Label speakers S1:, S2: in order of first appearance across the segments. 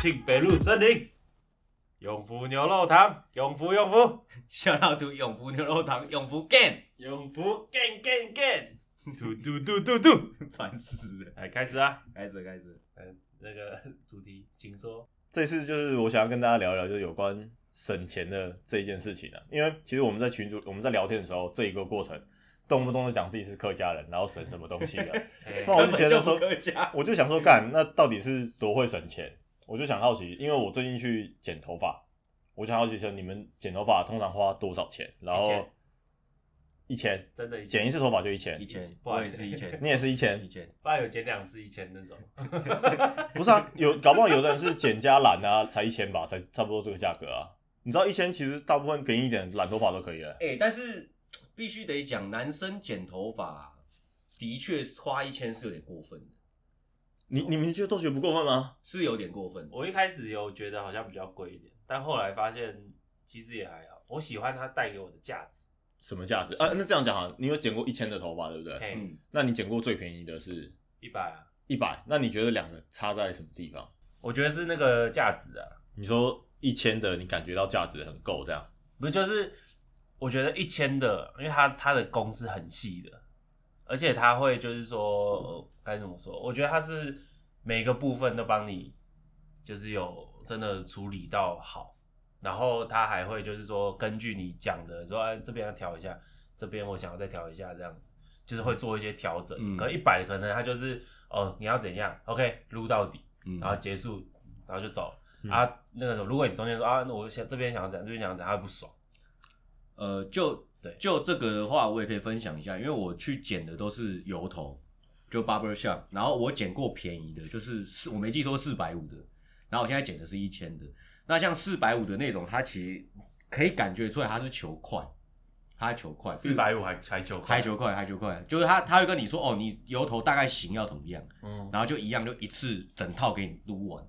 S1: 庆北路森林，永福牛肉汤，永福永福
S2: 小老图永福牛肉汤，永福 Gan，
S1: 永福，gain gain gain，嘟嘟嘟嘟嘟，
S2: 烦死了！
S1: 来开始啊！呃
S2: 开始了开始了，
S1: 那个主题，请说。
S3: 这次就是我想要跟大家聊一聊，就是有关省钱的这件事情啊。因为其实我们在群组我们在聊天的时候，这一个过程动不动就讲自己是客家人，然后省什么东西啊。
S1: 哎
S3: 那我就
S2: 根本
S3: 觉得
S2: 就
S3: 说
S2: 不客家。
S3: 我就想说，干那到底是多会省钱？我就想好奇，因为我最近去剪头发，我想好奇说你们剪头发通常花多少钱？然
S1: 一
S3: 后
S1: 千
S3: 一千，
S1: 真的，以前
S3: 剪一次头发就一千
S2: 一，千，
S1: 不好
S2: 我
S1: 意
S2: 也
S1: 思
S2: 是一千，
S3: 你也是一千
S2: 一，千，
S1: 不然有剪两次一千那种。
S3: 不是啊？有搞不好有的人是剪加染啊，才一千吧，才差不多这个价格啊。你知道一千其实大部分便宜一点染头发都可以了，
S2: 哎、但是必须得讲，男生剪头发的确花一千是有点过分的，
S3: 你你们觉得都觉得不过分吗？
S2: 是有点过分。
S1: 我一开始有觉得好像比较贵一点，但后来发现其实也还好。我喜欢它带给我的价值。
S3: 什么价值啊？那这样讲哈，你有剪过一千的头发对不对？
S1: 嘿，
S2: 嗯，
S3: 那你剪过最便宜的是
S1: 一百啊，
S3: 一百，那你觉得两个差在什么地方？
S1: 我觉得是那个价值啊，
S3: 你说一千的，你感觉到价值很够这样？
S1: 不就是？我觉得一千的，因为它它的工是很细的，而且它会就是说呃该怎么说？我觉得它是每个部分都帮你，就是有真的处理到好，然后它还会就是说根据你讲的说、哎、这边要调一下，这边我想要再调一下这样子，就是会做一些调整。
S2: 嗯
S1: 可一百可能它就是哦、呃你要怎样？OK 撸到底，
S2: 嗯
S1: 然后结束，然后就走。
S3: 嗯
S1: 啊，那个什么，如果你中间说啊，那我想这边想要怎样，这边想要怎样，他会不爽。
S2: 呃，就
S1: 对
S2: 就这个的话，我也可以分享一下，因为我去剪的都是油头，就 barber shop，然后我剪过便宜的，就是四，我没记错四百五的，然后我现在剪的是一千的。那像四百五的那种，它其实可以感觉出来它是求快，它求快，
S1: 四百五还还九块，
S2: 开球快，开球快，就是他他会跟你说哦，你油头大概型要怎么样，
S1: 嗯，
S2: 然后就一样就一次整套给你撸完。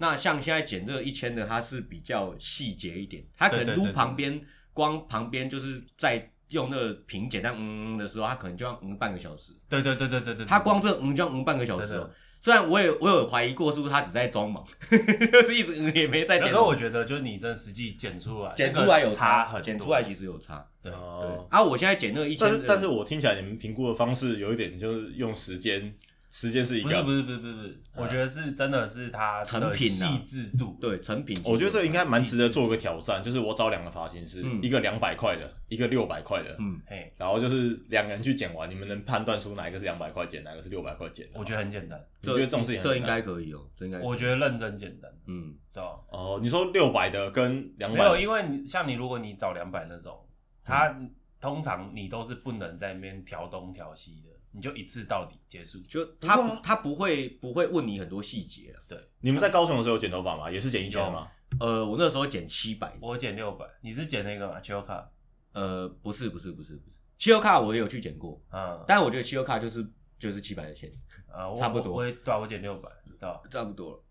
S2: 那像现在剪这个一千的，它是比较细节一点，它可
S1: 对对
S2: 能
S1: 对
S2: 撸旁边光旁边就是在用那个平剪，但嗯嗯的时候，它可能就要嗯半个小时，
S1: 对对对对对对，
S2: 它光这个嗯就要嗯半个小时
S1: 真
S2: 哦
S1: 的。
S2: 虽然我也我有怀疑过是不是他只在装忙， 就是一直嗯也没在
S1: 那
S2: 剪。
S1: 个我觉得就是你真的实际剪出来，
S2: 剪
S1: 那个
S2: 出来有
S1: 差很多，
S2: 剪出来其实有差。
S1: 对
S2: 对
S3: 哦，
S2: 啊，我现在剪那个一千
S3: 但
S2: 的，
S3: 是但是我听起来你们评估的方式有一点就是用时间，时间是一
S1: 不是不
S3: 个。
S1: 是不是不是不是，我觉得是真的是它
S2: 成
S1: 的
S2: 品啊
S1: 细致度，
S2: 对成品其实有差，
S3: 我觉得这个应该蛮值得做个挑战，就是我找两个发型师，
S2: 嗯
S3: 一个两百块的，一个六百块的，
S2: 嗯
S1: 嘿，
S3: 然后就是两个人去剪完，你们能判断出哪一个是两百块剪，哪个是六百块剪的吗？
S1: 我觉得很简单，
S3: 你觉得这种事情很
S2: 这
S3: 难
S2: 应该可以哦，这应该可以
S1: 我觉得认真简单，
S2: 嗯
S1: 对吧？
S3: 哦，你说六百的跟两
S1: 没有，
S3: 百，
S1: 因为你像你如果你找两百那种，
S2: 嗯
S1: 它通常你都是不能在那边调东调西的，你就一次到底结束。
S2: 就他
S3: 不过
S2: 不他不会不会问你很多细节啊
S3: 你们在高雄的时候有剪头发吗？也是剪一千的吗？
S2: 呃，我那时候减七百，
S1: 我减六百，你是减那个嘛？秋卡，
S2: 呃，不是不是不是不是，七欧卡我也有去剪过，
S1: 嗯，
S2: 但我觉得七欧卡就是就是七百的钱，
S1: 啊，我
S2: 差不多
S1: 我我也对啊，我减六百，对吧？
S2: 差不多了。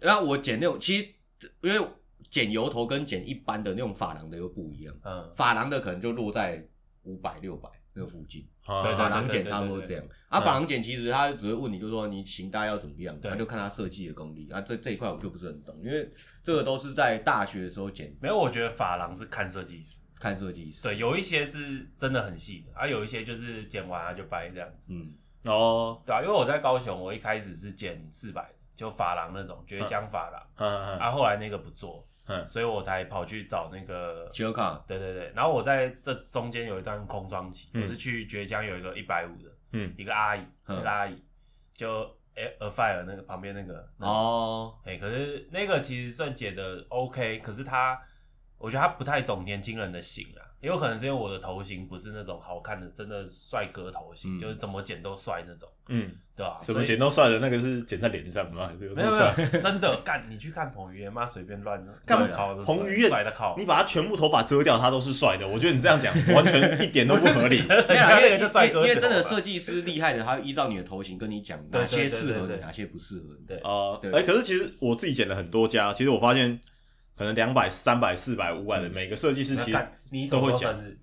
S2: 然后我剪那种，其实因为剪油头跟剪一般的那种发廊的又不一样，
S1: 嗯，
S2: 发廊的可能就落在五百六百那附近，
S3: 啊
S1: 对对
S2: 发廊剪差不多这样。啊，
S3: 嗯
S2: 发廊剪其实他只会问你，就说你形大要怎么样，
S1: 对
S2: 他就看他设计的功力。啊，这这一块我就不是很懂，因为这个都是在大学的时候剪，
S1: 没有，我觉得发廊是看设计师，
S2: 看设计师。
S1: 对，有一些是真的很细的，啊，有一些就是剪完啊就掰这样子，
S2: 嗯，
S3: 哦，
S1: 对啊，因为我在高雄，我一开始是剪四百的，就发廊那种绝江发廊，
S3: 嗯嗯
S1: 啊，后来那个不做，
S3: 嗯
S1: 所以我才跑去找那个。
S2: 七欧卡，
S1: 对对对，然后我在这中间有一段空窗期，
S3: 嗯
S1: 我是去绝江有一个一百五的
S3: 嗯，
S1: 一个阿姨，
S2: 嗯
S1: 一个阿姨就哎 a f i r 那个旁边那个那个
S2: 哦，
S1: 哎、可是那个其实算解的 OK，可是他，我觉得他不太懂年轻人的型啊，也有可能是因为我的头型不是那种好看的，真的帅哥头型，
S2: 嗯
S1: 就是怎么剪都帅那种，
S3: 嗯。
S1: 对吧、啊？
S3: 怎么剪都算了，那个是剪在脸上吗？这个
S1: 没有没有，真的干！你去看彭于晏，妈随便乱
S3: 干嘛
S1: 乱靠都
S3: 彭
S1: 帅
S3: 于晏
S1: 帅的靠，
S3: 你把他全部头发遮掉，他都是帅的。我觉得你这样讲完全一点都不合 理。
S1: 人家那个就帅哥头
S2: 啊因
S1: 啊，
S2: 为真的设计师厉害的，他会依照你的头型跟你讲
S1: 对
S2: 哪些适
S1: 对对
S2: 合
S1: 对对
S2: 你，哪些不适合你。
S1: 对
S3: 啊，哎、
S2: 对
S3: 可是其实我自己剪了很多家，其实我发
S2: 嗯
S3: 现可能两百、三百、四百、五百的每个设计师
S1: 那
S3: 其实
S1: 干你什么时候生日？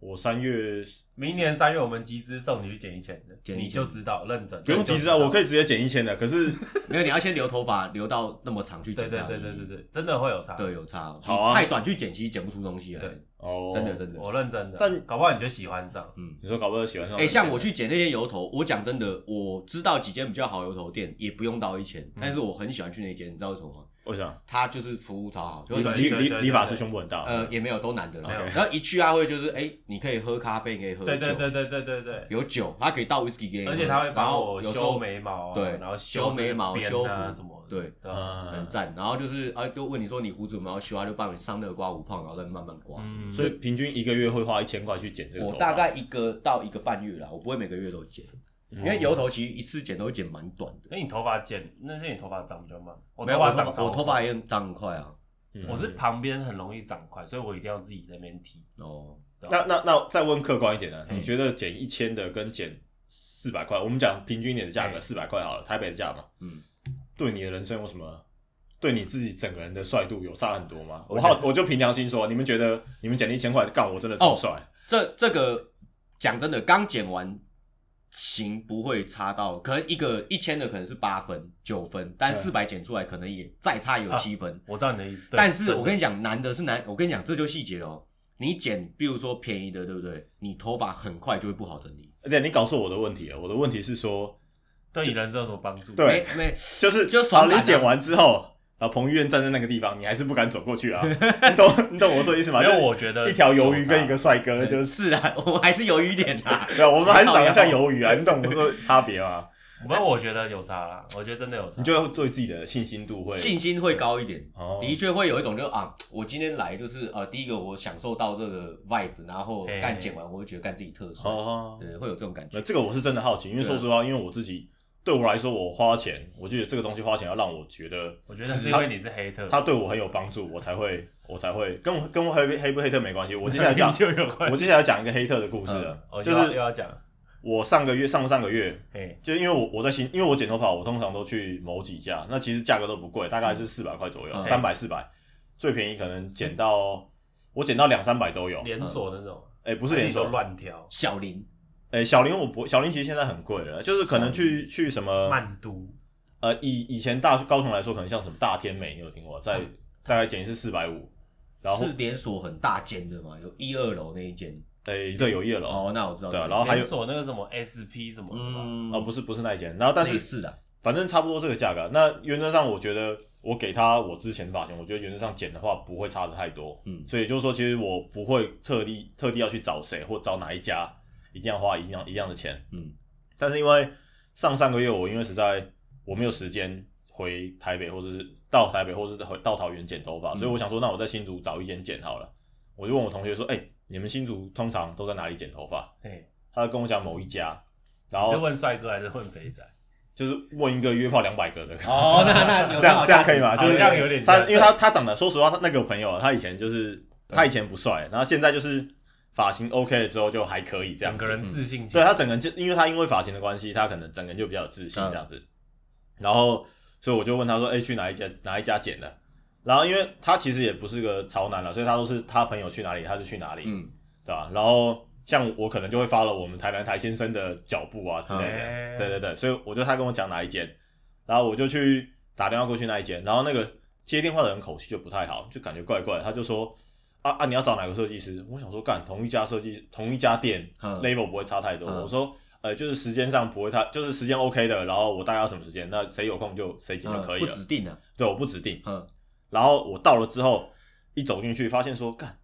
S3: 我三月
S1: 明年三月我们集资送你去剪一千的，
S2: 剪一千
S1: 你就知道认真。
S3: 不用急着啊，我可以直接剪一千的。可是
S2: 没有，你要先留头发，留到那么长去
S1: 对
S2: 剪
S1: 对
S2: 它
S1: 对
S2: 的
S1: 对对
S2: 意义
S1: 对，真的会有差。
S2: 对，有差哦。
S3: 好啊
S2: 你太短去剪，其实剪不出东西来。
S1: 对
S3: 哦，
S2: 真的真的
S1: 我认真的。
S3: 但
S1: 搞不好你就喜欢上。
S2: 嗯，
S3: 你说搞不好喜欢上
S2: 哎，像我去剪那些油头，我讲真的，我知道几间比较好油头店，也不用到一千，但是我很喜欢去那间，你知道为什么吗？
S3: 我想
S2: 它就是服务超好，就
S3: 理
S1: 对
S2: 是
S3: 理
S1: 对
S3: 理
S1: 对
S3: 理
S1: 对
S3: 发
S1: 对
S3: 师胸部很大，嗯
S2: 呃也没有都男的啦
S1: 没有，
S2: 然后一去他会就是哎，你可以喝咖啡，你可以喝
S1: 对对
S2: 酒，
S1: 对对对对对，
S2: 有酒，他可以倒 whisky 给你喝，
S1: 而且他会
S2: 然
S1: 帮
S2: 后
S1: 我
S2: 有时候
S1: 修眉毛啊，
S2: 对
S1: 然后
S2: 修眉毛
S1: 这个
S2: 修
S1: 边啊
S2: 胡
S1: 什么的，啊
S2: 对
S1: 吧
S3: 嗯
S2: 很，赞，然后就是啊，就问你说你胡子有没有修啊，就帮你上那个刮胡泡，然后再慢慢刮。
S1: 嗯，
S3: 所以平均一个月会花一千块去剪这个头发。
S2: 我大概一个到一个半月啦，我不会每个月都剪，
S1: 哦嗯
S2: 因为油头其实一次剪都剪蛮短的。
S1: 那你头发剪，那是你头发长比较慢。我
S2: 没有
S1: 头
S2: 我
S1: 发
S2: 头
S1: 长
S2: 发，
S1: 超
S2: 我
S1: 快
S2: 头发也很长很快啊。
S3: 嗯
S1: 我是旁边很容易长快，所以我一定要自己在那边剃。
S2: 哦，
S3: 那那那再问客观一点呢？
S1: 嗯
S3: 你觉得减一千的跟减四百块，我们讲平均一点的价格，
S1: 嗯
S3: 四百块好了，台北的价嘛，
S2: 嗯，
S3: 对你的人生有什么？对你自己整个人的帅度有差很多吗？我
S2: 觉得
S3: 好，我就凭良心说，你们觉得你们减了一千块，干我真的
S2: 哦
S3: 超帅，
S2: 这这个讲真的，刚剪完型不会差到，可能一个一千的可能是八分九分，但
S3: 嗯
S2: 四百剪出来可能也再差有
S1: 啊
S2: 七分。
S1: 我知道你的意思，对
S2: 但是我跟你讲，难的是难，我跟你讲这就细节哦。你剪，比如说便宜的，对不对？你头发很快就会不好整理。
S3: 而且你搞错我的问题了。我的问题是说，
S1: 对你人生有什么帮助？
S3: 对
S2: 没没
S3: 就是
S2: 就
S3: 好，
S2: 爽感啊
S3: 你剪完之后，然后彭于晏站在那个地方，你还是不敢走过去 啊？你懂你懂我说的意思吗？
S1: 因
S3: 就
S1: 为
S3: 是
S1: 我觉得
S3: 一条鱿鱼
S1: 有差
S3: 跟一个帅哥，就是
S2: 是啊， 我们还是鱿鱼脸啊。
S3: 对啊，我们还是长得像
S2: 谁靠腰
S3: 鱿鱼啊，你懂我说的差 别吗？
S1: 没有，我觉得有差啦，我觉得真的有差
S3: 你。就会对自己的信心度会
S2: 信心会高一点，
S3: 哦
S2: 的确会有一种就啊，我今天来就是呃，第一个我享受到这个 vibe，然后
S1: 嘿
S2: 干剪完我会觉得干自己特帅，
S3: 哦，
S2: 对，会有这种感
S3: 那
S2: 觉。
S3: 这个我是真的好奇，因为
S2: 对啊
S3: 说实话，因为我自己对我来说，我花钱，我觉得这个东西花钱要让我觉得
S1: 我觉得是因为你是黑特，
S3: 它对我很有帮助，我才会我才会跟我跟我黑不黑不黑特没关系。我接下 来讲
S1: 你，就有关
S3: 我，接下来讲一个黑特的故事
S1: 哦
S3: 了，
S1: 又
S3: 就
S1: 要又
S3: 是
S1: 要讲，
S3: 我上个月上上个月
S1: 哎，
S3: 就因为我我在新，因为我剪头发，我通常都去某几家，那其实价格都不贵，大概是四百块左右，
S2: 嗯
S3: 三百四百，最便宜可能剪到我剪到两三百都有。
S1: 嗯连锁那种，
S3: 哎、不是连锁
S1: 还你说，乱挑，
S2: 小林
S3: 哎、小林我不小林其实现在很贵了，就是可能去去什么
S1: 慢都，
S3: 呃以以前大高雄来说，可能像什么大天美，你有听过，在大概剪一次四百五，然后
S2: 是连锁很大间的嘛，有一二楼那一间。
S3: 哎、对有叶楼哦
S2: 哦，那我知道。
S3: 对然后还有
S1: 连锁那个什么 SP 什么的吧，
S2: 嗯，
S3: 哦不是不是那一间，然后但
S2: 类
S3: 是
S2: 似的，
S3: 反正差不多这个价格。那原则上我觉得我给他我之前的发型，我觉得原则上剪的话不会差的太多，
S2: 嗯，
S3: 所以就是说，其实我不会特地特地要去找谁或找哪一家，一定要花一样一样的钱。
S2: 嗯，
S3: 但是因为上上个月我因为实在我没有时间回台北，或者是到台北，或者是回到桃园剪头发，
S2: 嗯
S3: 所以我想说，那我在新竹找一间剪好了。我就问我同学说：“哎、你们新竹通常都在哪里剪头发
S1: 哎，？”
S3: 他就跟我讲某一家，然
S1: 你是
S3: 后
S1: 问帅哥还是问肥仔？
S3: 就是问一个约炮两百个的。
S2: 哦，那那有
S3: 这样这样可以
S2: 吗？
S3: 吗？
S1: 好
S3: 就是
S1: 像有点
S3: 他，
S1: 像
S3: 因为他他长得，说实话，他那个朋友啊，他以前就是他以前不帅，然后现在就是发型 OK 了之后就还可以这样
S1: 整
S3: 子，
S1: 个人自信起
S2: 嗯
S3: 对
S1: 来，
S3: 他整个人就，因为他因为发型的关系，他可能整个人就比较有自信
S1: 嗯
S3: 这样子。然后，所以我就问他说：“哎、去哪一家哪一家剪的？”然后，因为他其实也不是个潮男了，所以他都是他朋友去哪里他就去哪里，
S2: 嗯，
S3: 对吧、然后像我可能就会发了我们台南台先生的脚步啊之类的，
S1: 哎
S3: 对对对，所以我就他跟我讲哪一间，然后我就去打电话过去那一间，然后那个接电话的人口气就不太好，就感觉怪怪的，他就说啊啊你要找哪个设计师？我想说干同一家设计同一家店、
S2: 嗯
S3: level 不会差太多，
S2: 嗯
S3: 我说。呃，就是时间上不会太，就是时间 OK 的，然后我大概要什么时间，那谁有空就谁剪就可
S2: 嗯
S3: 以
S2: 不
S3: 了。
S2: 指定啊的，
S3: 对，我不指定。
S2: 嗯，
S3: 然后我到了之后，一走进去发现说，干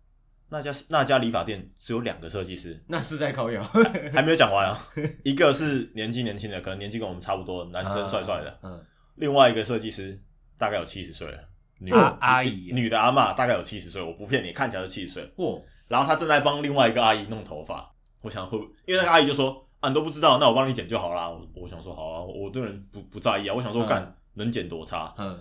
S3: 那家那家理发店只有两个设计师，
S2: 那是在靠 腰。
S3: 还没有讲完啊。一个是年纪年轻的，可能年纪跟我们差不多，男生帅帅的；
S2: 嗯，
S3: 另外一个设计师大概有七十岁了，女
S2: 啊
S3: 的、
S1: 阿阿姨
S3: 女的阿嬷大概有七十岁，我不骗你，看起来就七十岁。
S2: 哇，
S3: 然后她正在帮另外一个阿姨弄头发，我想会不，因为那个阿姨就说啊，你都不知道，那我帮你剪就好啦。我我想说好啊，我对人不不在意啊，我想说
S2: 嗯
S3: 干、能剪多差。
S2: 嗯，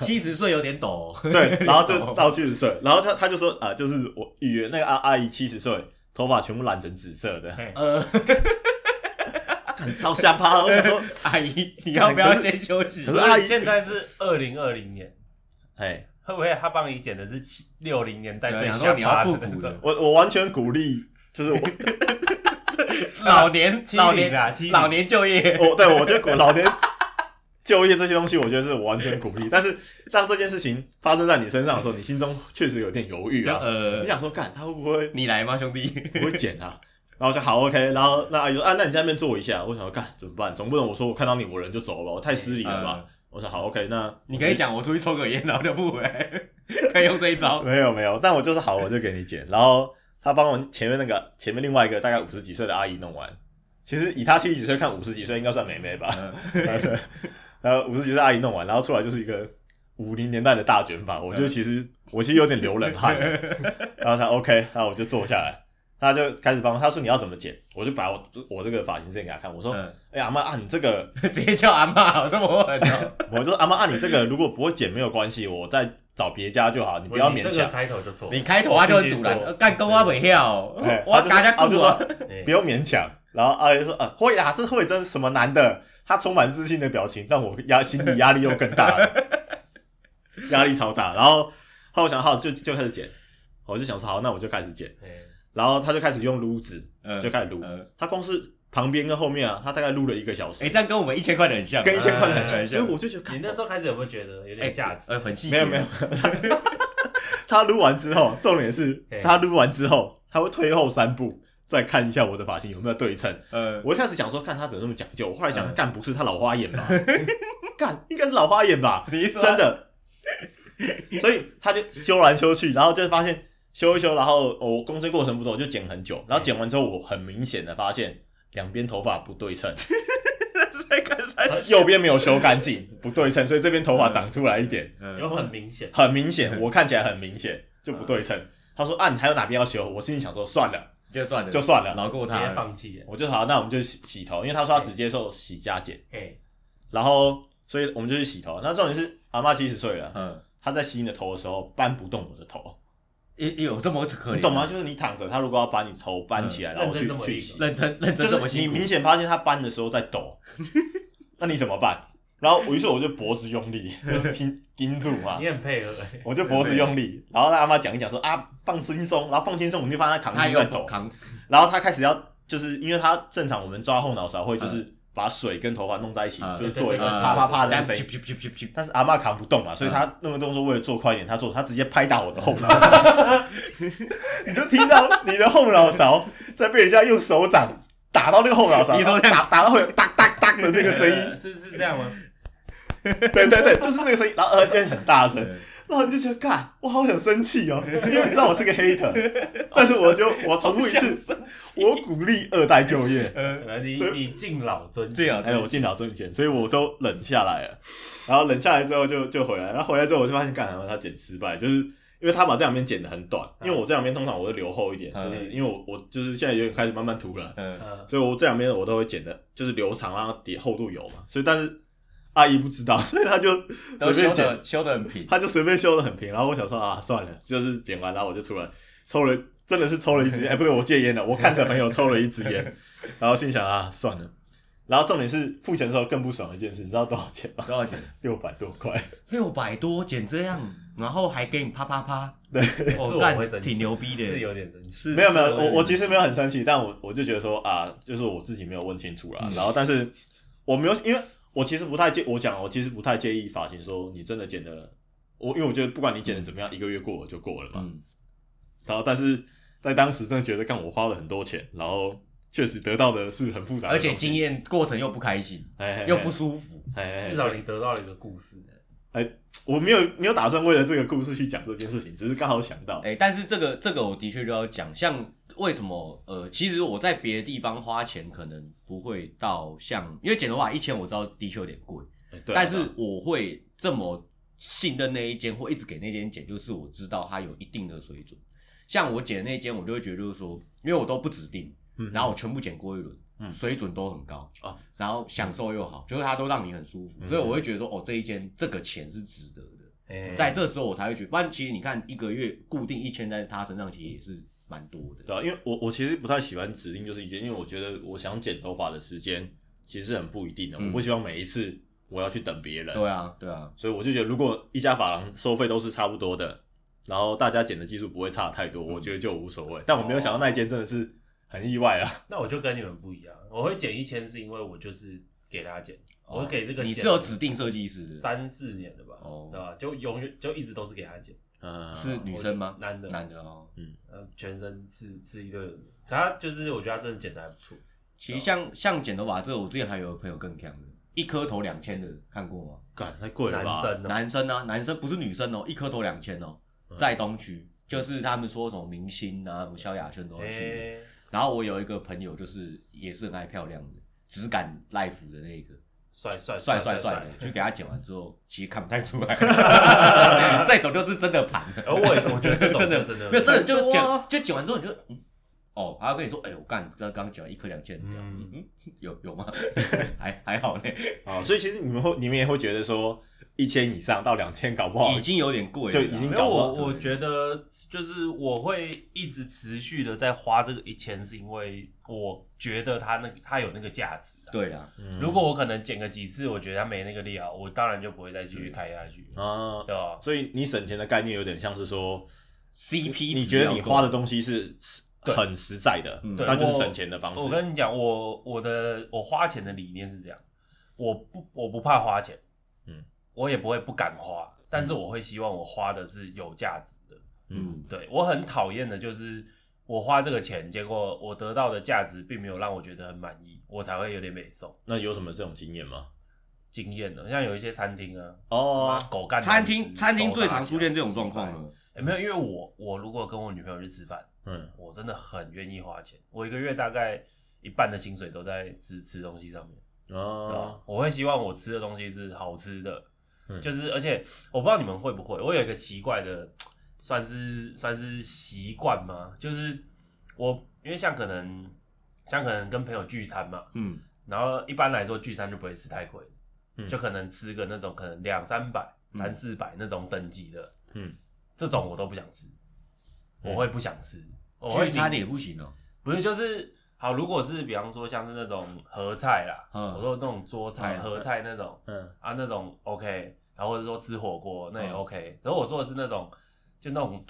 S2: 七十岁有点抖哦。
S3: 对，然后就到七十岁，然后他他就说啊、就是我预约那个阿阿姨七十岁，头发全部染成紫色的，
S1: 嘿
S2: 呃，
S3: 看超瞎趴。我想说，
S2: 阿姨，你要不要先休息
S3: 可？是阿姨
S1: 现在是二零二零年，
S3: 哎，
S1: 会不会他帮你剪的是七六零年代
S2: 对
S1: 最
S2: 想
S1: 下
S2: 说你要
S1: 巴
S2: 复
S1: 那
S2: 古
S1: 种
S2: 的，
S3: 我我完全鼓励就是我
S2: 老年
S1: 欺
S2: 老
S1: 凌
S3: 啊
S2: 年
S1: 啦，欺
S2: 老
S1: 凌，
S2: 年就业，
S3: 我对我觉得鼓老年就业这些东西，我觉得是我完全鼓励。但是当这件事情发生在你身上的时候，你心中确实有点犹豫啊。
S2: 呃
S3: 你，想说，干他会不会
S2: 你来吗，兄弟？
S3: 不会剪啊？然后我就好 OK，然后那阿姨说啊，那你在那边坐一下。我想说，干怎么办？总不能我说我看到你我人就走吧，我太失礼了吧？
S2: 呃
S3: 我说好 OK，那
S2: 你可以讲我出去抽个烟，然后就不回来， 可以用这一招。
S3: 没有没有，但我就是好，我就给你剪。然后他帮我前面那个前面另外一个大概五十几岁的阿姨弄完。其实以他七十几岁看五十几岁，应该算美眉吧。
S2: 嗯
S3: 然后五十几岁阿姨弄完，然后出来就是一个五零年代的大卷发，我就其实我其实有点流冷汗， 然后他 OK，那我就坐下来，他就开始帮我，他说你要怎么剪，我就把我我这个发型证给他看，我说，哎、
S2: 嗯
S3: 阿妈啊，你这个，
S2: 直接叫阿妈，我这么 狠哦。
S3: 我就说阿妈啊，你这个如果不会剪没有关系，我再找别家就好，你不
S1: 我
S3: 要
S1: 你
S3: 勉
S1: 这个
S3: 强，
S1: 开头就错，
S2: 你开头啊就很
S1: 我必
S2: 堵
S1: 须说
S2: 然，干跟我没跳，
S3: 哎
S2: 我嘎
S3: 他就
S2: 家
S3: 说啊我
S2: 顾
S3: 就
S2: 啊
S3: 说。
S1: 哎
S3: 不要勉强。然后阿姨说：“呃，会啦，这会真什么难的？”她充满自信的表情让我压心理压力又更 大了，压力超大。然后后来我想，好就就开始剪，我就想说，好，那我就开始剪。
S1: 哎
S3: 然后他就开始用撸子，
S2: 嗯
S3: 就开始撸
S2: 嗯。
S3: 他光是旁边跟后面啊，他大概撸了一个小时，
S2: 哎、这样跟我们一千块的很像，
S3: 跟一千块的很
S2: 哎
S3: 像，所以我就觉
S1: 你
S3: 得
S1: 那时候开始有没有觉得有
S2: 哎
S1: 点价值？
S2: 呃，很细
S3: 没
S2: 节，
S3: 有没有。 他撸完之后，重点是
S1: 嘿
S3: 他撸完之后，他会退后三步，再看一下我的发型有没有对称。
S2: 呃，
S3: 我一开始想说，看他怎么那么讲究，我后来想，
S2: 嗯
S3: 干不是他老花眼 吧？干应该是老花眼吧？
S2: 你一说
S3: 真的。所以他就修来修去，然后就发现修一修，然后我公司过程不多，我就剪很久，
S2: 嗯
S3: 然后剪完之后，我很明显的发现两边头发不对称，
S2: 是在嗯看三，
S3: 右边没有修干净，不对称，所以这边头发长出来一点，
S1: 有
S2: 呃，
S1: 很明显，
S3: 很明
S2: 嗯
S3: 显，我看起来很明显就不对称。他说啊，你还有哪边要修？我心里想说，算了，
S2: 就算了，
S3: 就算了，
S2: 饶过
S1: 直
S2: 他
S1: 接
S2: 了。
S1: 放弃了。
S3: 我就好，那我们就洗洗头，因为他说他只接受洗加剪。
S1: 哎，
S3: 然后所以我们就去洗头。那重点是阿妈七十岁了，
S2: 嗯，
S3: 她在洗你的头的时候搬不动我的头，
S2: 也也有这么可怜、
S3: 你懂吗？？就是你躺着，她如果要把你头搬起来，然后
S1: 认真
S3: 去
S1: 这么
S3: 去
S1: 硬
S3: 洗，
S2: 啊嗯认真认
S3: 就
S2: 真这么
S3: 是你
S2: 辛苦，嗯
S3: 明显发现她搬的时候在抖， 那你怎么办？然后于是我就脖子用力， 就是盯盯住
S2: 啊
S3: 嘛
S1: 你，很配合，哎
S3: 我就脖子用力，然后让阿妈讲一讲说啊放轻松，然后放轻松，我就发现她扛
S2: 他
S3: 住
S2: 又
S3: 在抖，
S2: 扛，
S3: 然后她开始要就是因为她正常我们抓后脑勺会就是把水跟头发弄在一起，
S2: 嗯
S3: 就是做一个
S1: 对对对
S3: 啪啪啪
S2: 这
S3: 的
S2: 样嗯
S3: 声音
S2: 咻。咻咻咻咻
S3: 但是阿嬷扛不动嘛，所以她那个动作为了做快一点，她做她直接拍打我的后脑勺， 你就听到你的后脑勺在被人家用手掌打到那个后脑勺，
S2: 你说这
S3: 打打到会有哒哒哒的那个声音，
S1: 是是这样吗？
S2: 嗯
S3: 对对对，就是那个声音，然后而且很大声，
S2: 呃
S3: 然后你就觉得，干，我好想生气哦，因为你知道我是个 hater，但是 我就我重复一次，我鼓励二代就业，
S2: 呃，
S1: 呃你
S3: 所以
S1: 你敬老尊
S2: 这样，
S3: 还哎有我进了证券，所以我都冷下来了。然后冷下来之后就就回来，然后回来之后我就发现，干什么他剪失败，就是因为他把这两边剪得很短，因为我这两边通常我会留厚一点，
S2: 嗯
S3: 就是因为我我就是现在有点开始慢慢涂了，
S2: 呃，
S1: 呃，
S3: 所以我这两边我都会剪的，就是留长让它底厚度有嘛。所以但是阿姨不知道，所以她就
S2: 都修
S3: 随便剪，
S2: 的修的很平，
S3: 她就随便修的很平。然后我想说啊，算了，就是剪完，然后我就出来抽了，真的是抽了一支烟，哎、不对，我戒烟了，我看着朋友抽了一支烟，然后心想啊，算了。然后重点是付钱的时候更不爽的一件事，你知道多少钱吗？
S2: 多少钱？
S3: 六百多块。
S2: 六百多，剪这样，然后还给你啪啪啪，
S1: 是
S2: 我
S1: 我
S2: 干
S1: 会生气
S2: 挺牛逼
S1: 是
S2: 的，
S1: 有点生气。
S2: 是
S3: 没有没有，我我其实没有很生气，但我我就觉得说啊，就是我自己没有问清楚啦。然后，但是我没有，因为我其实不太介，我讲我其实不太介意发型，说你真的剪的，我因为我觉得不管你剪的怎么样，一个月过了就过了嘛。
S2: 嗯，
S3: 然后，但是在当时真的觉得，看我花了很多钱，然后确实得到的是很复杂的
S2: 而
S3: 东西，
S2: 且经验过程又不开心，
S3: 嘿
S1: 哎
S3: 嘿嘿
S2: 又不舒服，
S3: 嘿嘿
S1: 至少你得到了一个故事，
S3: 我没有没有打算为了这个故事去讲这件事情，只是刚好想到，
S2: 哎、但是这个这个我的确就要讲，像为什么呃，其实我在别的地方花钱可能不会到像，因为剪头发一千我知道的确有点贵，
S3: 哎对啊
S2: 但是我会这么信任那一间，或一直给那间剪，就是我知道它有一定的水准。像我剪的那间，我就会觉得就是说，因为我都不指定，
S3: 嗯
S2: 然后我全部剪过一轮，
S3: 嗯
S2: 水准都很高
S3: 哦
S2: 然后享受又好，就是它都让你很舒服，
S3: 嗯
S2: 所以我会觉得说，哦，这一间这个钱是值得的。
S1: 哎，
S2: 在这时候我才会觉得，不然其实你看一个月固定一千在他身上，其实也是蛮多的。
S3: 对啊，因为我我其实不太喜欢指定就是一件，因为我觉得我想剪头发的时间其实很不一定的，
S2: 嗯
S3: 我不希望每一次我要去等别人，
S2: 对啊，对啊，
S3: 所以我就觉得如果一家发廊收费都是差不多的，然后大家剪的技术不会差太多，我觉得就无所谓。但我没有想到那一间真的是很意外啊。
S1: 那我就跟你们不一样，我会剪一千是因为我就是给他剪，我会给这个
S2: 哦你
S1: 剪
S2: 是有指定设计师的，
S1: 三四年了吧，
S2: 哦
S1: 对吧？就永远就一直都是给他剪，
S3: 嗯，
S2: 啊是女生吗
S1: 哦我？男的
S2: 男的哦。
S1: 呃，全身刺刺一堆人，可他就是我觉得他真的剪的还不错，
S2: 其实像像剪头发这，我之前还有朋友更强的，一颗头两千的，看过吗？
S3: 干太贵了
S1: 男嗯
S3: 吧？
S1: 生哦，
S2: 男生啊，男生不是女生哦，一颗头两千哦，在东区，就是他们说什么明星啊，什么萧亚轩都会去的。
S1: 哎，
S2: 然后我有一个朋友，就是也是很爱漂亮的，只敢 life 的那个，
S1: 帅帅
S2: 帅帅
S1: 帅
S2: 帅
S1: 帅
S2: 的，，就给他剪完之后，其实看不太 出来，再走就是真的盘。
S1: 而我也我觉得这种
S2: 真的
S1: 真的
S2: 没有，真的
S3: 很
S2: 就
S3: 多
S2: 剪
S3: 啊
S2: 就剪完之后你就嗯，哦，他跟你说，哎、我干刚刚剪完一颗两千，这样
S1: 嗯
S2: 嗯嗯，有有吗？ 还还好呢，
S3: 啊，所以其实你们会，你们也会觉得说，一千以上到两千，搞
S1: 哦
S3: 不好
S2: 已经有点贵了啦，
S3: 就已经
S1: 没
S3: 搞
S1: 有，
S3: 不好
S1: 我我觉得就是我会一直持续的在花这个一千，是因为我觉得它那它有那个价值、啊。
S2: 对啦，
S1: 如果我可能剪个几次，我觉得它没那个料，我当然就不会再继续开下去，
S3: 啊，
S1: 对吧？
S3: 所以你省钱的概念有点像是说
S2: CP
S3: 你
S2: 值
S3: 觉得
S2: 要
S3: 你
S2: 够
S3: 花的东西是是
S1: 对
S3: 很实在的，
S2: 嗯
S1: 对
S3: 那就是
S1: 我
S3: 省钱的方
S1: 我
S3: 式。嗯
S1: 跟你讲，我我的我花钱的理念是这样，我不我不怕花钱，
S3: 嗯，
S1: 我也不会不敢花，但是我会希望我花的是有价值的。
S2: 嗯，
S1: 对我很讨厌的就是我花这个钱，结果我得到的价值并没有让我觉得很满意，我才会有点美受。
S3: 那有什么这种经验吗？
S1: 经验的，像有一些餐厅啊，
S3: 哦
S1: 妈，狗干
S2: 餐
S1: 难吃
S2: 厅餐厅最常出现这种状况。
S1: 手打起
S2: 了，
S1: 来哎没有，因为我我如果跟我女朋友去吃饭，
S3: 嗯，
S1: 我真的很愿意花钱，我一个月大概一半的薪水都在吃吃东西上面。对啊吧
S3: 哦，
S1: 我会希望我吃的东西是好吃的，
S3: 嗯
S1: 就是而且我不知道你们会不会，我有一个奇怪的，算是算是习惯吗？就是我因为像可能像可能跟朋友聚餐嘛，
S2: 嗯，
S1: 然后一般来说聚餐就不会吃太贵，
S3: 嗯
S1: 就可能吃个那种可能两三百、
S2: 嗯
S1: 三四百那种等级的，
S3: 嗯，
S1: 这种我都不想吃，
S3: 嗯
S1: 我会不想吃，我会
S2: 聚餐的也不行哦，
S1: 不是，就是好，如果是比方说像是那种合菜啦，
S2: 嗯
S1: 我说那种桌菜、
S2: 嗯
S1: 合菜那种
S3: 嗯，
S1: 啊，那种 OK，然后或者说吃火锅那也
S2: 嗯
S1: OK。可是我说的是那种，就那种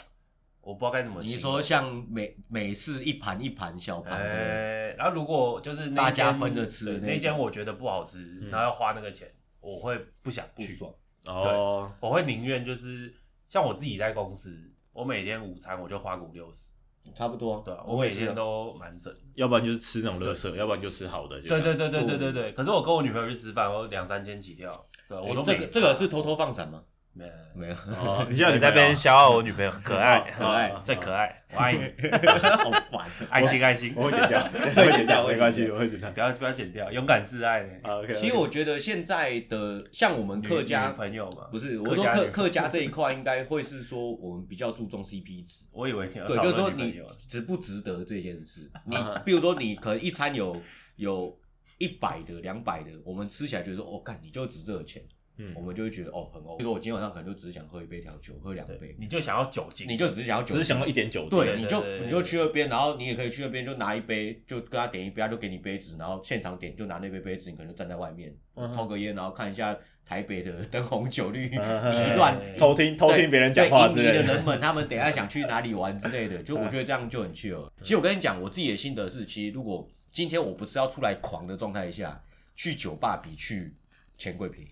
S1: 我不知道该怎么
S2: 你
S1: 形容
S2: 说像美美式一盘一盘小盘的，
S1: 哎，然后如果就是那
S2: 大
S1: 间
S2: 家分着吃的
S1: 对
S2: 那
S1: 那间
S2: 种
S1: 我觉得不好吃，然后要花那个钱，我会不想
S2: 不
S1: 去，
S2: 爽，
S3: 哦，
S1: 我会宁愿就是像我自己在公司，我每天午餐我就花个五六十，
S2: 差不多，
S1: 对吧？我
S2: 我
S1: 每
S2: 也是
S1: 天
S2: 啊，
S1: 都蛮省的。
S3: 要不然就是吃那种垃圾，要不然就吃好的。就
S1: 对
S3: 这
S1: 对
S3: 样，
S1: 对对对对对。可是我跟我女朋友去吃饭，我两三千起跳，对我都
S2: 哎这
S1: 没
S2: 个这个是偷偷放闪吗？
S1: 没
S2: 没有，
S3: 哦，你现在你
S1: 在
S3: 在
S1: 那边
S3: 边，哦
S1: 消耗我女朋友，可 爱
S2: 可爱
S1: 最可爱，我 爱你，
S2: 好烦，
S1: 爱心爱心
S3: 我，会 剪掉，我会剪掉，没关系，我会剪掉。
S1: 不要不要剪掉，勇敢示爱呢，
S3: 啊，OK，
S2: 其实我觉得现在的像我们
S1: 女
S2: 客家
S1: 女朋友嘛，
S2: 不是，
S1: 客
S2: 我说
S1: 家
S2: 客
S1: 女
S2: 客家这一块应该会是说我们比较注重 CP 值，
S1: 我以为你要
S2: 对，
S1: 呃讨
S2: 就是
S1: 论
S2: 说
S1: 女朋
S2: 你
S1: 友
S2: 值不值得这件 事。你比如说你可能一餐有有一百的、两百的，我们吃起来觉得说，哦，干你就值这个钱，
S3: 嗯
S2: 我们就会觉得哦很哦。比如说我今天晚上可能就只想喝一杯调酒，喝两
S1: 对
S2: 杯，
S1: 你就想要酒精，
S2: 你就只是想要酒，
S3: 只是想到一点酒精，
S2: 对，
S1: 对
S2: 你就
S1: 对对
S2: 你就去那边，然后你也可以去那边就拿一杯，就跟他点一杯，他就给你杯子，然后现场点就拿那杯杯子，你可能就站在外面
S3: 嗯哼
S2: 抽个烟，然后看一下台北的灯红酒绿，迷
S3: 嗯哼
S2: 乱
S1: 对
S3: 偷听偷听别人讲话之类
S2: 对印尼的
S3: 的。
S2: 人们，他们等一下想去哪里玩之类的，就我觉得这样就很 chill。其实我跟你讲，我自己的心得是，其实如果今天我不是要出来狂的状态下，去酒吧比去钱柜便宜，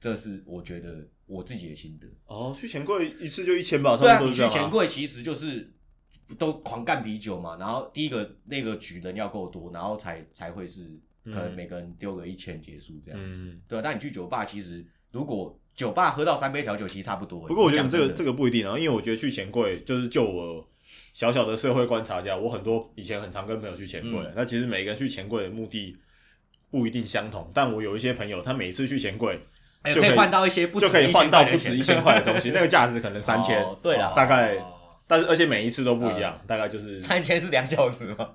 S2: 这是我觉得我自己的心得。
S3: 哦，去钱柜一次就一千吧，
S2: 对
S3: 差
S2: 啊，
S3: 不多
S2: 你
S3: 是这
S2: 去
S3: 样
S2: 钱
S3: 啊。
S2: 柜其实就是都狂干啤酒嘛，然后第一个那个局人要够多，然后才才会是可能每个人丢个一千结束这样子。
S3: 嗯，
S2: 对啊，但你去酒吧其实如果酒吧喝到三杯调酒，其实差不多欸。
S3: 不过我觉得
S2: 讲
S3: 你这
S2: 真
S3: 个
S2: 的
S3: 这个不一定啊，因为我觉得去钱柜就是就我小小的社会观察家，我很多以前很常跟朋友去钱柜，
S2: 嗯
S3: 那其实每个人去钱柜的目的不一定相同，但我有一些朋友，他每次去钱柜
S2: 哎
S3: 就
S2: 可
S3: 可
S2: 以
S3: 以
S2: 换到一些不
S3: 就
S2: 止
S3: 可以换到不止一
S2: 1000
S3: 千
S2: 钱
S3: 块的东西，那个价值可能三千，
S2: 哦对啦，哦
S3: 大概
S1: 哦
S3: 但是而且每一次都不一样，大概就 是
S2: 三千是两小时吗？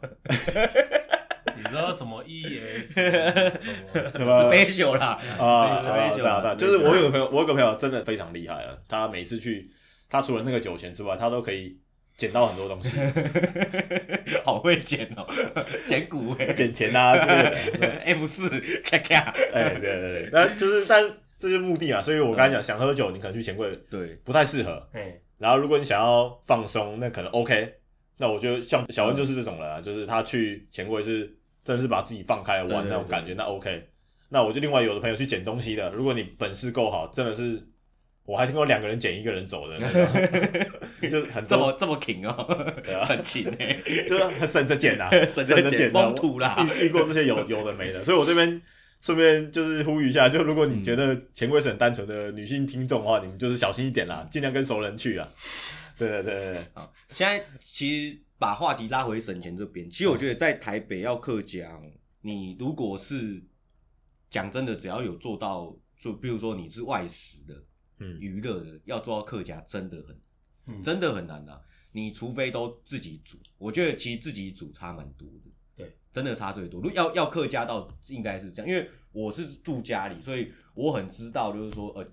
S1: 你说什 么 ES 什么
S3: 什
S2: 是
S3: 么
S2: 杯酒啦，
S3: 啊，
S2: 是杯酒
S3: 对啊对啊
S2: 啦，
S3: 就是我有个朋友，我有个朋友真的非常厉害啊，他每次去，他除了那个酒钱之外，他都可以捡到很多东 西，
S2: 好会捡哦，捡骨哎
S3: 捡钱啊之类的。
S2: ，F 四咔咔，
S3: 哎，对对对，那就是，但这是目的嘛，所以我刚才讲，想喝酒，你可能去钱柜
S2: 对，
S3: 不太适合。
S1: 嘿
S3: 然后，如果你想要放松，那可能 OK。那我觉得
S2: 嗯
S3: 像小恩就是这种人啊，就是他去钱柜是真的是把自己放开了
S2: 对
S3: 玩
S2: 对
S3: 那种
S2: 对
S3: 感觉，那 OK。那我就另外有的朋友去捡东西的，如果你本事够好，真的是我还听过两个人捡一个 人走的那种，就是很
S2: 这
S3: 多
S2: 么这么勤哦、
S3: 对啊
S2: 很勤哎、
S3: 就是很省 着捡啊，
S2: 省
S3: 着
S2: 着
S3: 捡
S2: 捡，
S3: 啊
S2: 蒙土啦。
S3: 遇遇过这些有有的没的，所以我这边顺便就是呼吁一下，就如果你
S2: 嗯
S3: 觉得钱柜是很单纯的女性听众的话，你们就是小心一点啦，尽量跟熟人去啊。对对对对，
S2: 现在其实把话题拉回省钱这边，其实我觉得在台北要客家，你如果是讲真的，只要有做到，就比如说你是外食的、
S3: 嗯，
S2: 娱乐的，要做到客家真的很
S1: 嗯
S2: 真的很难啊。你除非都自己煮，我觉得其实自己煮差蛮多的。
S1: 对，
S2: 真的差最多。如要要客家到应该是这样，因为我是住家里，所以我很知道，就是说呃，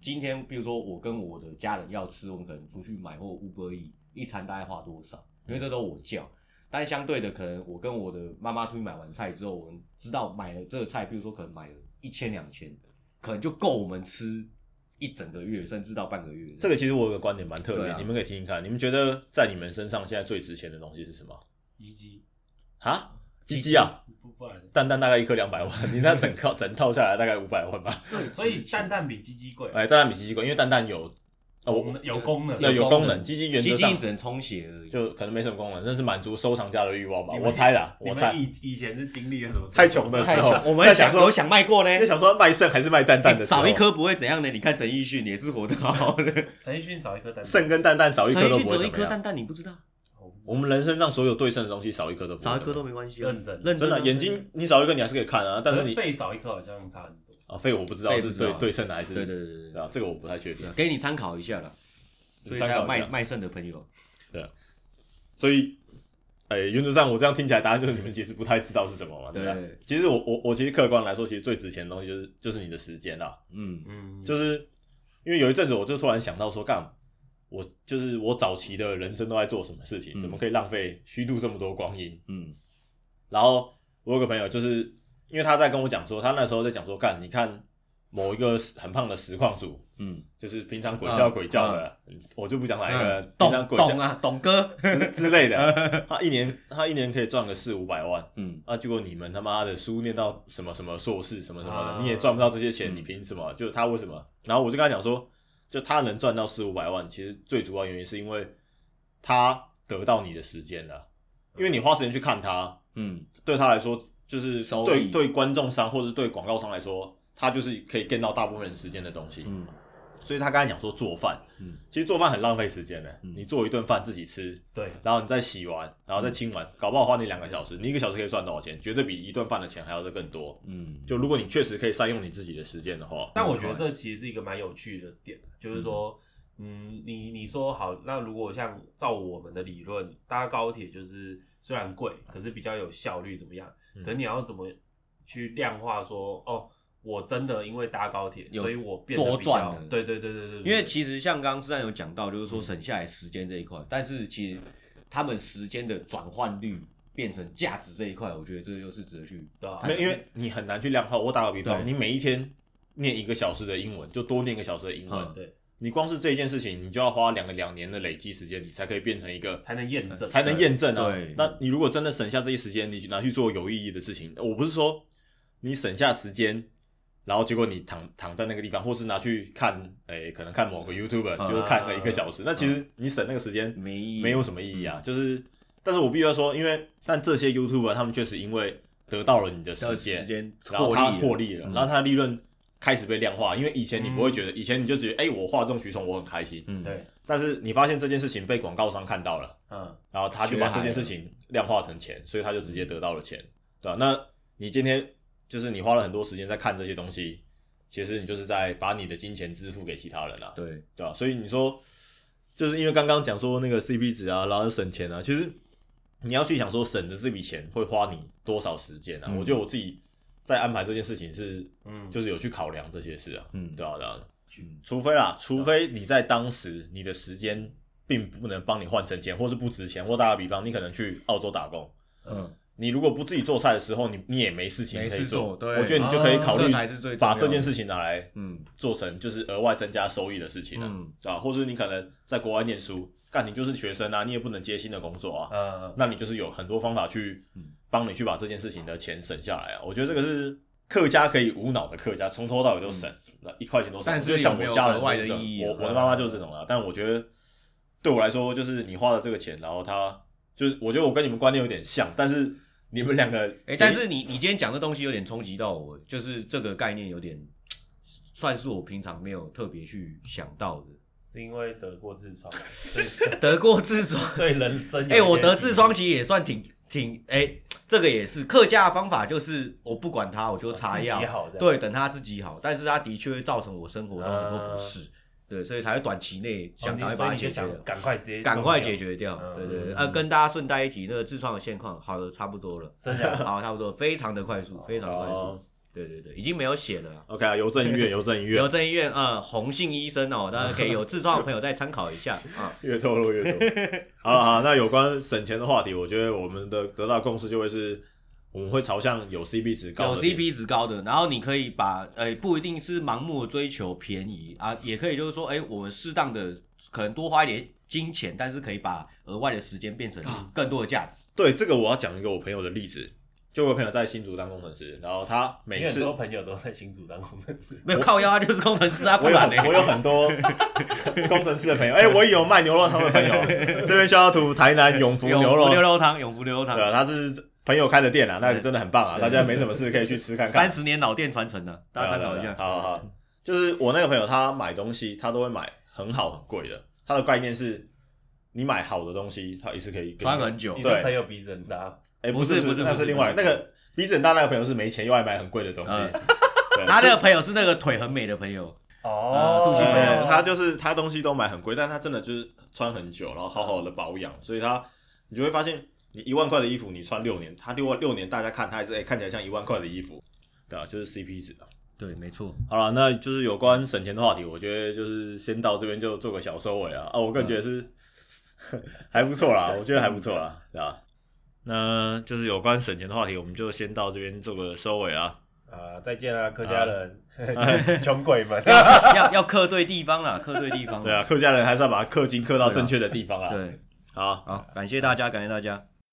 S2: 今天比如说我跟我的家人要吃，我们可能出去买或 Uber E 一餐大概花多少，因为这都我叫。但相对的，可能我跟我的妈妈出去买完菜之后，我们知道买了这个菜，比如说可能买了一千两千，可能就够我们吃一整个月，甚至到半个月。
S3: 这个其实我有个观点蛮特别，
S2: 对啊
S3: 你们可以听听看，你们觉得在你们身上现在最值钱的东西是什么？
S1: 一级
S3: 啊，鸡鸡啊，
S1: ，E 不不然，
S3: 蛋蛋大概一颗两 百万，你那整套整套下来大概五百万吧。
S1: 对，所以蛋蛋比鸡鸡贵，
S3: 哎，蛋蛋比鸡鸡贵，因为蛋蛋有哦，我
S1: 功有功能
S3: 那，有功
S2: 功
S3: 能，
S2: 能
S3: 鸡鸡原则
S2: 基
S3: 上
S2: 金只能充血而已。
S3: 就可能没什么功能，但是满足收藏家的欲望吧，
S1: 你们
S3: 我猜啦，
S1: 你
S3: 我
S1: 们
S3: 猜。
S1: 以以前是经历了什么事？
S3: 太穷的
S2: 太
S3: 时候
S2: 想，我们
S3: 在想
S2: 想
S3: 说
S2: 有想卖过呢，
S3: 因为想说卖肾还是卖蛋蛋的时候
S2: 少一，颗不会怎样的。你看陈奕迅也是活得好好的，
S1: 陈奕迅少一颗蛋蛋，
S3: 肾跟蛋蛋 少一颗
S2: 陈奕
S3: 都
S2: 迅
S3: 不
S2: 只
S3: 会
S2: 有一
S3: 怎么
S2: 颗
S3: 样。
S2: 蛋蛋，你不知道，
S1: 我不知道
S3: 我们人身上所有对肾的东西少一颗都不会
S2: 少一颗
S3: 怎么
S2: 都
S3: 样
S2: 没关系啊。
S1: 认真，
S2: 认
S3: 真
S2: 真
S3: 的
S2: 啊
S3: 眼睛你少一颗你还是可以看啊，但是
S1: 可
S3: 你
S1: 肺少一颗好像差很多。
S3: 啊肺我不知道
S2: 肺
S3: 是
S2: 呃不知道
S3: 对对肾的还是
S2: 对对对对
S3: 对啊，这个我不太确定
S2: 对，。给你参考一下啦。所以才
S3: 嗯参考
S2: 有
S3: 一
S2: 卖
S3: 下
S2: 卖肾的朋友，
S3: 所以，哎、原则上我这样听起来，答案就是你们其实不太知道是什么嘛，对不对
S2: 对？
S3: 其实我我我其实客观来说，其实最值钱的东西就是就是你的时间啦，
S2: 嗯，
S1: 嗯，
S3: 就是因为有一阵子我就突然想到说，干，我就是我早期的人生都在做什么事情，
S2: 嗯
S3: 怎么可以浪费虚度这么多光阴？
S2: 嗯，
S3: 然后我有个朋友，就是因为他在跟我讲说，他那时候在讲说，干，你看某一个很胖的实况组，
S2: 嗯，
S3: 就是平常鬼叫
S2: 嗯
S3: 鬼叫的，我就不讲哪一个，
S2: 嗯
S3: 平
S2: 懂
S3: 常鬼叫
S2: 懂啊，懂 哥，
S3: 之之类 的，他一年他一年可以赚个四五百万。
S2: 嗯，
S3: 啊，结果你们他妈的书念到什么什么硕士什么什么的，
S1: 啊
S3: 你也赚不到这些钱，
S2: 嗯
S3: 你凭什么？就是他为什么？然后我就跟他讲说，就他能赚到四五百万，其实最主要原因是因为他得到你的时间了，因为你花时间去看他，
S2: 嗯，
S3: 对他来说就是
S2: 收益
S3: 对对观众商或者对广告商来说，他就是可以 get 到大部分人时间的东西。
S2: 嗯，
S3: 所以他刚才讲说做饭，
S2: 嗯
S3: 其实做饭很浪费时间的，
S2: 嗯
S3: 你做一顿饭自己吃，
S1: 对，
S3: 然后你再洗完，然后再清完，搞不好花你两个小时，你一个小时可以赚多少钱？绝对比一顿饭的钱还要再更多。
S2: 嗯，
S3: 就如果你确实可以善用你自己的时间的话，
S1: 但我觉得这其实是一个蛮有趣的点，啊就是说，嗯，你你说好，那如果像照我们的理论，搭高铁就是虽然贵，可是比较有效率，怎么样？
S3: 嗯
S1: 可你要怎么去量化说，哦，我真的因为搭高铁，
S2: 有
S1: 所以我变得
S2: 多
S1: 比
S2: 赚
S1: 较
S2: 了
S1: 对对对对对，
S2: 因为
S1: 对
S2: 其实像刚刚志然有讲到，就是说省下来时间这一块，但是其实他们时间的转换率变成价值这一块，我觉得这个又是值得去
S1: 对啊
S3: 没有，因为你很难去量化。我打个比方，
S2: 对
S3: 你每一天念一个小时的英文，就多念一个小时的英文
S2: 嗯，
S1: 对
S3: 你光是这一件事情，你就要花两个两年的累积时间，你才可以变成一个。
S1: 才能验证，
S3: 才能验证啊
S2: 对。
S3: 那你如果真的省下这些时间，你拿去做有意义的事情，我不是说你省下时间，然后结果你躺躺在那个地方，或是拿去看，诶、可能看某个 YouTuber，、
S2: 啊
S3: 就是看了一个小时，那其实你省那个时间
S2: 没意义嗯
S3: 没有什么意义啊。就是，但是我必须要说，因为但这些 YouTuber 他们确实因为得到了你的
S2: 的
S3: 时
S2: 时
S3: 间，
S2: 间
S3: 然后他获
S2: 利
S3: 利了，
S2: 嗯
S3: 然后他的利润开始被量化，因为以前你不会觉得，以前你就觉得，哎、我哗众取宠，我很开心。
S2: 嗯
S1: 对，
S3: 但是你发现这件事情被广告商看到了。
S1: 嗯，
S3: 然后他就
S2: 血
S3: 把
S2: 海
S3: 这件
S2: 了
S3: 事情量化成钱，所以他就直接得到了钱，对吧、那你今天就是你花了很多时间在看这些东西，其实你就是在把你的金钱支付给其他人了、啊
S2: 对。
S3: 对吧、所以你说，就是因为刚刚讲说那个 CP 值啊，然后省钱啊，其实你要去想说省的这笔钱会花你多少时间啊？
S2: 嗯
S3: 我觉得我自己在安排这件事情是，
S1: 嗯
S3: 就是有去考量这些事啊，
S2: 嗯
S3: 对啊，对啊，
S2: 嗯
S3: 除非啦，除非你在当时你的时
S1: 呃
S3: 间并不能帮你换成钱，或是不值钱。或打个比方，你可能去澳洲打工，
S2: 嗯
S3: 你如果不自己做菜的时候，你你也没事情
S2: 没
S3: 可以
S2: 事做对哦
S3: 我觉得你就可以
S1: 啊
S3: 考
S2: 这
S3: 虑
S2: 才是最重
S3: 把
S2: 要的
S3: 这件事情拿来
S2: 嗯，
S3: 做成就是额外增加收益的事情啊，
S2: 嗯
S3: 是吧？或者你可能在国外念书，干你就是学生啊，你也不能接新的工作啊，
S1: 呃，
S3: 那你就是有很多方法去
S2: 嗯
S3: 帮你去把这件事情的钱省下来啊。我觉得这个是客家可以无脑的客家，从头到尾都省，那、一块钱都省。
S2: 嗯但是
S3: 就像我家人
S2: 有没有额外的
S3: 就是这样
S2: 意义啊
S3: 我我的妈妈就是这种啊。但我觉得对我来说，就是你花了这个钱，然后他就是我觉得我跟你们观念有点像，但是你们两个
S2: 哎、但是你你今天讲的东西有点冲击到我，就是这个概念有点，算是我平常没有特别去想到的。
S1: 是因为得过痔疮， 所以
S2: 得过痔疮，
S1: 对人生有一
S2: 哎、
S1: 点
S2: 我得痔疮其实也算挺挺，哎、这个也是客家的方法，就是我不管它，我就
S1: 哦
S2: 擦
S1: 自己
S2: 药，
S1: 好这样
S2: 对，等它自己好。但是它的确会造成我生活中很多不适，对，所以才会短期内
S1: 呃哦
S2: 想
S1: 你
S2: 赶快
S1: 所
S2: 把
S1: 以
S2: 它
S1: 你
S2: 解
S1: 就
S2: 决
S1: 想
S2: 掉。
S1: 赶快直接
S2: 赶快
S1: 弄掉
S2: 解，决掉，
S1: 嗯
S2: 对对对，
S1: 嗯
S2: 呃，跟大家顺带一提，那个痔疮的现况好的差不多了，
S1: 真的
S2: 好，差不多，非常的快速，非常地快速
S3: 哦，
S2: 对对对，已经没有血了啊。
S3: OK 啊，邮政医院，邮政医院，
S2: 邮政医院，呃，红杏医生哦，大家可以有痔疮的朋友再参考一下 啊。
S3: 越透露 越多。好了好了，那有关省钱的话题，我觉得我们的得到共识就会是，我们会朝向有 CP 值高
S2: 有
S3: 的点
S2: CP 值高的，然后你可以把，呃，不一定是盲目地追求便宜啊，也可以就是说，哎，我们适当的可能多花一点金钱，但是可以把额外的时间变成
S3: 啊
S2: 更多的价值。
S3: 对这个，我要讲一个我朋友的例子。就我朋友在新竹当工程师，然后他每
S1: 你很
S3: 次
S1: 多朋友都在新竹当工程师，
S2: 没有靠腰啊，就是工程师啊， 不
S3: 我有
S2: 然呢
S3: 很？我有很多工程师的朋友，哎、我也有卖牛肉汤的朋 友。这边肖图台南永福
S2: 永
S3: 牛
S2: 福
S3: 肉
S2: 牛，肉汤，永福牛肉汤嗯
S3: 对，啊，他是朋友开的店啊，那个真的很棒啊，大家没什么事可以去吃看看
S2: 三。十年老店传承的，大家参考一
S3: 啊对
S2: 下。
S3: 啊对啊好好好，就是我那个朋友，他买东西他都会买很好很贵的，他的概念是，你买好的东西，他一次可以给你
S2: 穿。很久
S1: 你，的
S3: 对啊
S1: 朋友鼻子很大，
S3: 哎，
S2: 不
S3: 不
S2: 是
S3: 不
S2: 不是
S3: 那
S2: 不是
S3: 是另外
S2: 不
S3: 那
S2: 是
S3: 个鼻子很大那个朋友是没钱又爱买很贵的东西
S2: 嗯。
S3: 对
S2: 他那个朋友是那个腿很美的朋友，
S1: 哦，
S2: 兔
S3: 对
S2: 形朋友
S3: 他就是他东西都买很贵，但他真的就是穿很久，然后好好的保养，所以他你就会发现，你一万块的衣服你穿六年，他六六年大家看他还是哎、看起来像一万块的衣服，对啊，就是 CP 值啊。
S2: 对，没 错。
S3: 好了，那就是有关省钱的话题，我觉得就是先到这边就做个小收尾啊。啊，我个人觉得是、 还不错啦，我觉得还不错啦，对吧？那就是有关省钱的话题，我们就先到这边做个收尾啦。
S1: 啊，再见啦，客家人， 穷鬼 们，
S2: 要要克对地方啦，克对地方。
S3: 对啊，客家人还是要把氪金氪到正确的地方啦。
S2: 对，
S3: 好，
S2: 好，感谢大家，感谢大家，